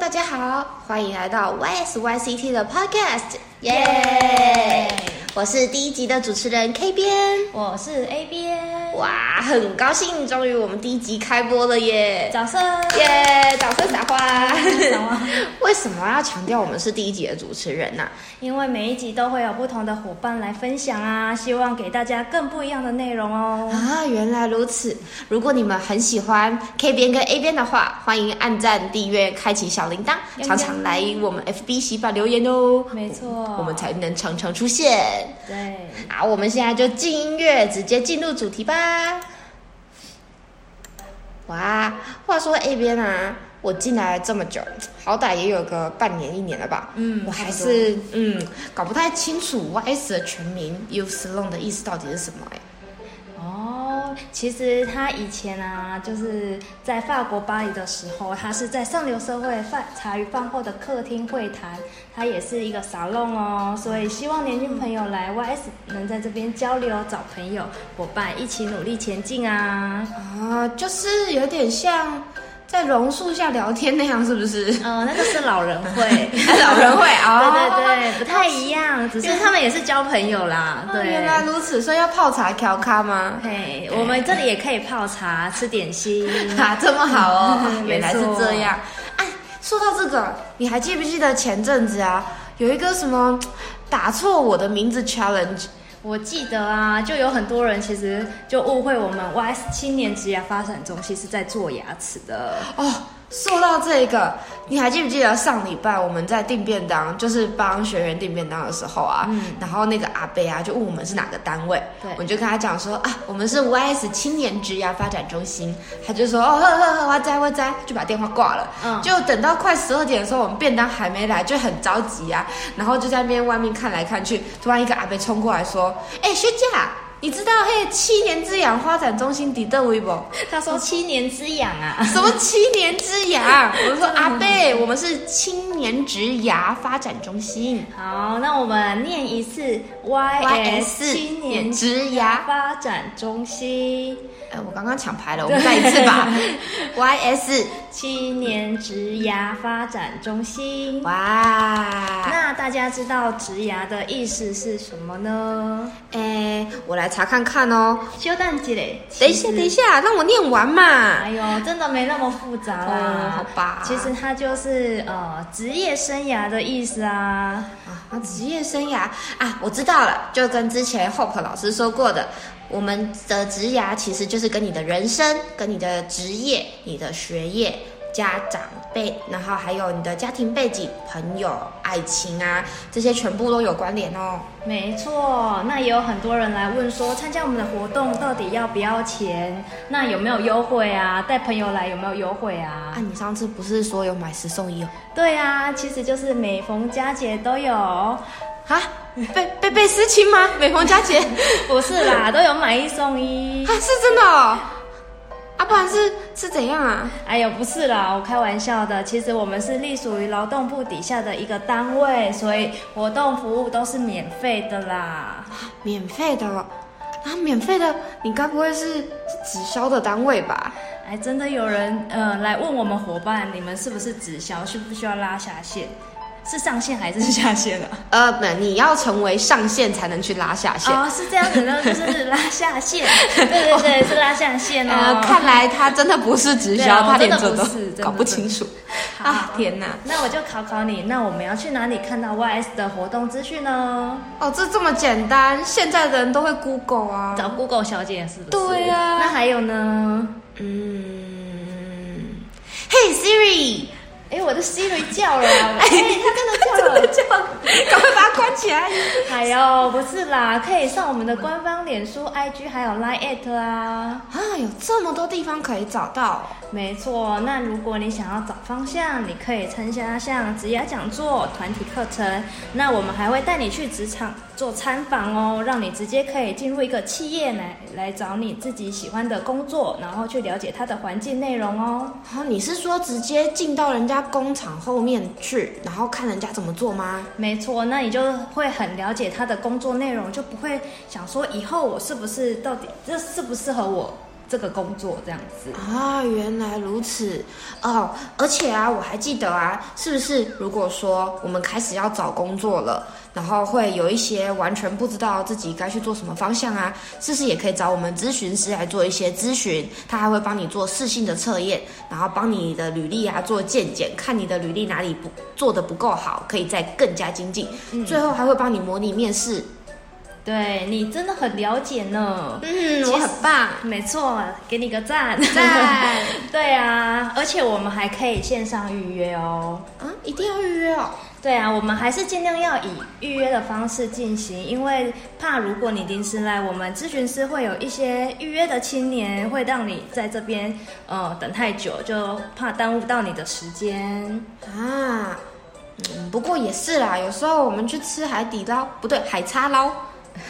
大家好，欢迎来到 YSYCT 的 Podcast，耶我是第一集的主持人 K 边，我是 A 边，哇，很高兴，终于我们第一集开播了耶！掌声。耶，掌声撒花！掌声 为什么要强调我们是第一集的主持人啊呢、因为每一集都会有不同的伙伴来分享啊，希望给大家更不一样的内 容哦。啊，原来如此！如果你们很喜欢 K 边跟 A 边的话，欢迎按赞、订阅、开启小铃铛，喵常常来我们 FB 洗版留言哦。没错我们才能常常出现。对，好，我们现在就进音乐，直接进入主题吧。哇，话说 A 边啊，我进来这么久，好歹也有个半年一年了吧？嗯我还差不多是嗯搞不太清楚 YS 的全名 u s l o n 的意思到底是什么哎、哦，其实他以前啊，就是在法国巴黎的时候，他是在上流社会饭茶余饭后的客厅会谈，他也是一个沙龙哦，所以希望年轻朋友来 YS 能在这边交流，找朋友伙伴一起努力前进啊。啊，就是有点像在榕树下聊天那样，是不 是？，哦，那个是老人 会老人会哦对对对，不太一样，只是他们也是交朋友啦，啊对原。来如此，所以要泡茶调咖吗？嘿，我们这里也可以泡茶、吃点心。 啊，这么好哦，嗯原来是 没错这样。哎，说到这个，你还记不记得前阵子啊，有一个什么打错我的名字 challenge？ 我记得啊，就有很多人其实就误会我们 YS 青年职业发展中心是在做牙齿 的。哦，说到这个，你还记不记得上礼拜我们在订便当，就是帮学员订便当的时候啊，嗯然后那个阿贝啊就问我们是哪个单位，对我就跟他讲说啊，我们是 YS 青年职涯发展中心，他就说哦呵呵呵，我在我在，就把电话挂了。嗯就等到快十二点的时候，我们便当还没来，就很着急啊，然后就在那边外面看来看去，突然一个阿贝冲过来说，哎、学姐啊。你知道嘿，七年之痒发展中心抵得微不？他说七年之痒啊，什么七年之痒？我说阿贝，我们是青年职涯发展中心。好，那我们念一次 YS 青年职职业涯，发展中心。哎，我刚刚抢牌了，我们再一次 吧。YS，青年职涯发展中心。哇，那大家知道职涯的意思是什么呢？哎，我来查看看哦。休蛋积累。等一下，其实等一。下，让我念完嘛哎。呦，真的没那么复杂啦。哦好吧其实它就是呃职业生涯的意思啊。啊，职业生涯啊，我知道了，就跟之前 Hope 老师说过的，我们的职涯其实就是跟你的人生、跟你的职业、你的学业、家长辈，然后还有你的家庭背景、朋友、爱情啊，这些全部都有关联哦。没错，那也有很多人来问说，参加我们的活动到底要不要钱？那有没有优惠啊？带朋友来有没有优惠啊啊，？你上次不是说有买十送一哦？对啊，其实就是每逢佳节都有。啊，被被被私情吗？每逢佳节 啊，不是 啦，都有买一送一。是真的哦。啊，不然是是怎样啊？哎呦，不是啦，我开玩笑的。其实我们是隶属于劳动部底下的一个单位，所以活动服务都是免费的啦。免费的哦啊，免费的，你该不会是直销的单位吧？哎，真的有人呃来问我们伙伴，你们是不是直销，需不需要拉下线？是上线还是下线啊？呃，不，你要成为上线才能去拉下线。 哦，是这样子 的，就是拉下线。对对对，是拉下线哦呃，。看来他真的不是直销，对啊我他连这真都的不是真的搞不清楚。真的啊，天哪！那我就考考你，那我们要去哪里看到 YS 的活动资讯呢？哦，这这么简单，现在的人都会 Google 啊。找 Google 小姐是不是？对啊那还有呢？嗯，嘿、Siri， 哎，我的 Siri 叫了 啊，哎，它真的叫了。叫，赶快把它关起来。哎呦，不是啦，可以上我们的官方脸书、IG 还有 Line at 啊。啊，有这么多地方可以找到哦、没错，那如果你想要找方向，你可以参加像职涯讲座、团体课程。那我们还会带你去职场做参访哦，让你直接可以进入一个企业来来找你自己喜欢的工作，然后去了解它的环境内容哦。哦，你是说直接进到人家工厂后面去，然后看人家怎么做吗？没错，那你就会很了解他的工作内容，就不会想说以后我是不是到底这适不适合我，这个工作这样子。啊，原来如此哦！而且啊，我还记得啊，是不是如果说我们开始要找工作了，然后会有一些完全不知道自己该去做什么方向啊，是不是也可以找我们咨询师来做一些咨询？他还会帮你做适性的测验，然后帮你的履历啊做鉴检，看你的履历哪里不做的不够好，可以再更加精进。最后还会帮你模拟面试，对你真的很了解呢。嗯我很棒，没错，给你个赞。赞 对啊，而且我们还可以线上预约哦。嗯，一定要预约哦。对啊，我们还是尽量要以预约的方式进行，因为怕如果你临时来，我们咨询师会有一些预约的青年，会让你在这边呃等太久，就怕耽误到你的时间。啊，嗯，不过也是啦，有时候我们去吃海底捞，不对，海叉 捞。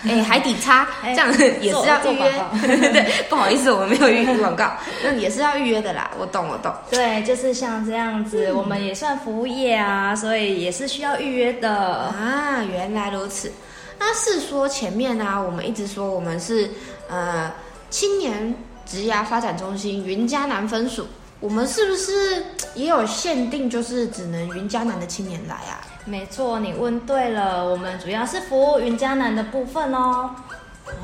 哎、海底叉哎这样也是要做预做广约， 对，不好意思，我们没有预广告， 那也是要预约的啦。我懂，我懂。对，就是像这样子，我们也算服务业啊，所以也是需要预约的。啊，原来如此。那是说前面呢、我们一直说我们是呃青年职涯发展中心云嘉南分署，我们是不是也有限定，就是只能云嘉南的青年来啊？没错，你问对了，我们主要是服务云嘉南的部分哦。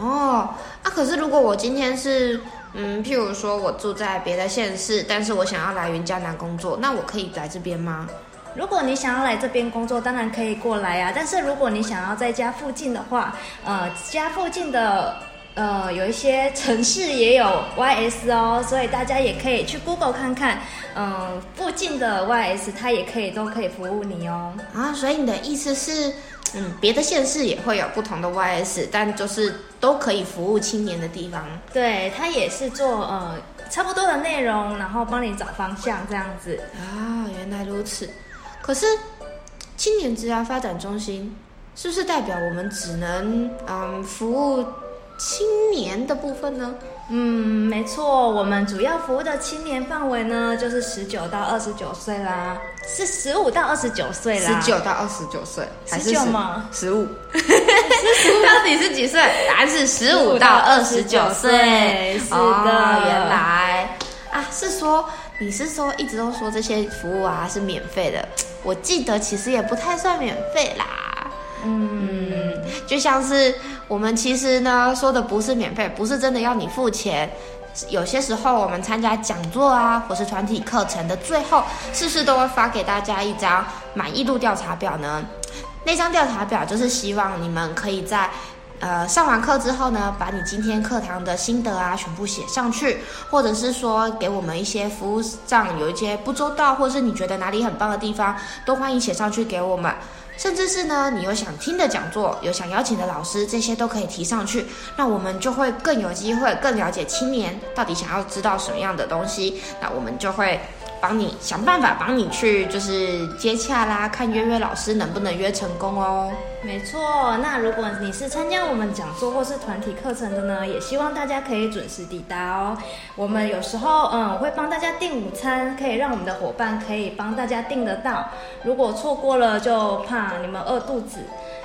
哦，啊，可是如果我今天是，嗯，譬如说我住在别的县市，但是我想要来云嘉南工作，那我可以来这边吗？如果你想要来这边工作，当然可以过来啊。但是如果你想要在家附近的话，呃，家附近的呃有一些城市也有 YS 哦，所以大家也可以去 Google 看看，嗯、附近的 YS 它也可以都可以服务你哦。啊，所以你的意思是，嗯，别的县市也会有不同的 YS，但就是都可以服务青年的地方。对，它也是做呃差不多的内容，然后帮你找方向这样子。啊，原来如此。可是青年职涯发展中心是不是代表我们只能嗯服务青年的部分呢？嗯，没错，我们主要服务的青年范围呢，就是十九到二十九岁啦，是十五到二十九岁十啦。九到二十九岁，还是19吗？十五，到底是几岁？答案是十五到二十九岁。是的哦原来啊，是说你是说一直都说这些服务啊是免费的？我记得其实也不太算免费啦。嗯，嗯，就像是我们其实呢说的不是免费，不是真的要你付钱。有些时候我们参加讲座啊，或是团体课程的最后，是不是都会发给大家一张满意度调查表呢？那张调查表就是希望你们可以在。呃，上完课之后呢，把你今天课堂的心得啊，全部写上去，或者是说给我们一些服务上有一些不周到，或是你觉得哪里很棒的地方，都欢迎写上去给我们。甚至是呢，你有想听的讲座，有想邀请的老师，这些都可以提上去，那我们就会更有机会更了解青年到底想要知道什么样的东西，那我们就会帮你想办法帮你去就是接洽啦，看约约老师能不能约成功哦。没错。那如果你是参加我们讲座或是团体课程的呢，也希望大家可以准时抵达哦。我们有时候嗯会帮大家订午餐，可以让我们的伙伴可以帮大家订得到。如果错过了，就怕你们饿肚子，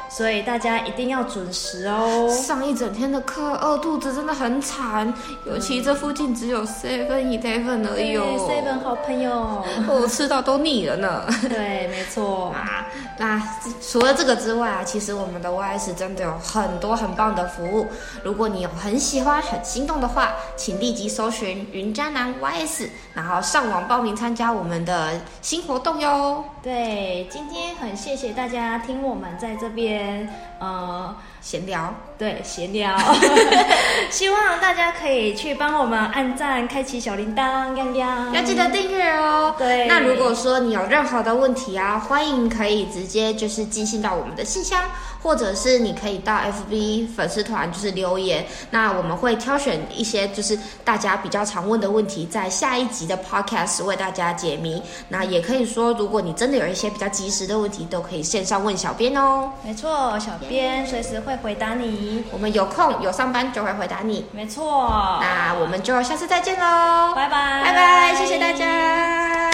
所以大家一定要准时哦。上一整天的课，饿肚子真的很惨，尤其这附近只有 seven eleven 而已哦 seven 好朋友，我吃到都腻了呢。对，没错。啊，那除了这个之外啊，其实我们的 YS 真的有很多很棒的服务。如果你有很喜欢、很心动的话，请立即搜寻云嘉南 YS，然后上网报名参加我们的新活动哟。对，今天很谢谢大家听我们在这边，呃，闲聊，对，闲 聊，希望大家可以去帮我们按赞、开启小铃铛，亮亮，要记得订阅哦。对那如果说你有任何的问题啊，欢迎可以直接就是寄信到我们的信箱，或者是你可以到 FB 粉丝团就是留言，那我们会挑选一些就是大家比较常问的问题，在下一集的 Podcast 为大家解谜。那也可以说，如果你真的有一些比较及时的问题，都可以线上问小编哦。没错，小编随时会回答你，我们有空有上班就会回答你。没错，那我们就下次再见喽，拜拜，拜拜，谢谢大。家。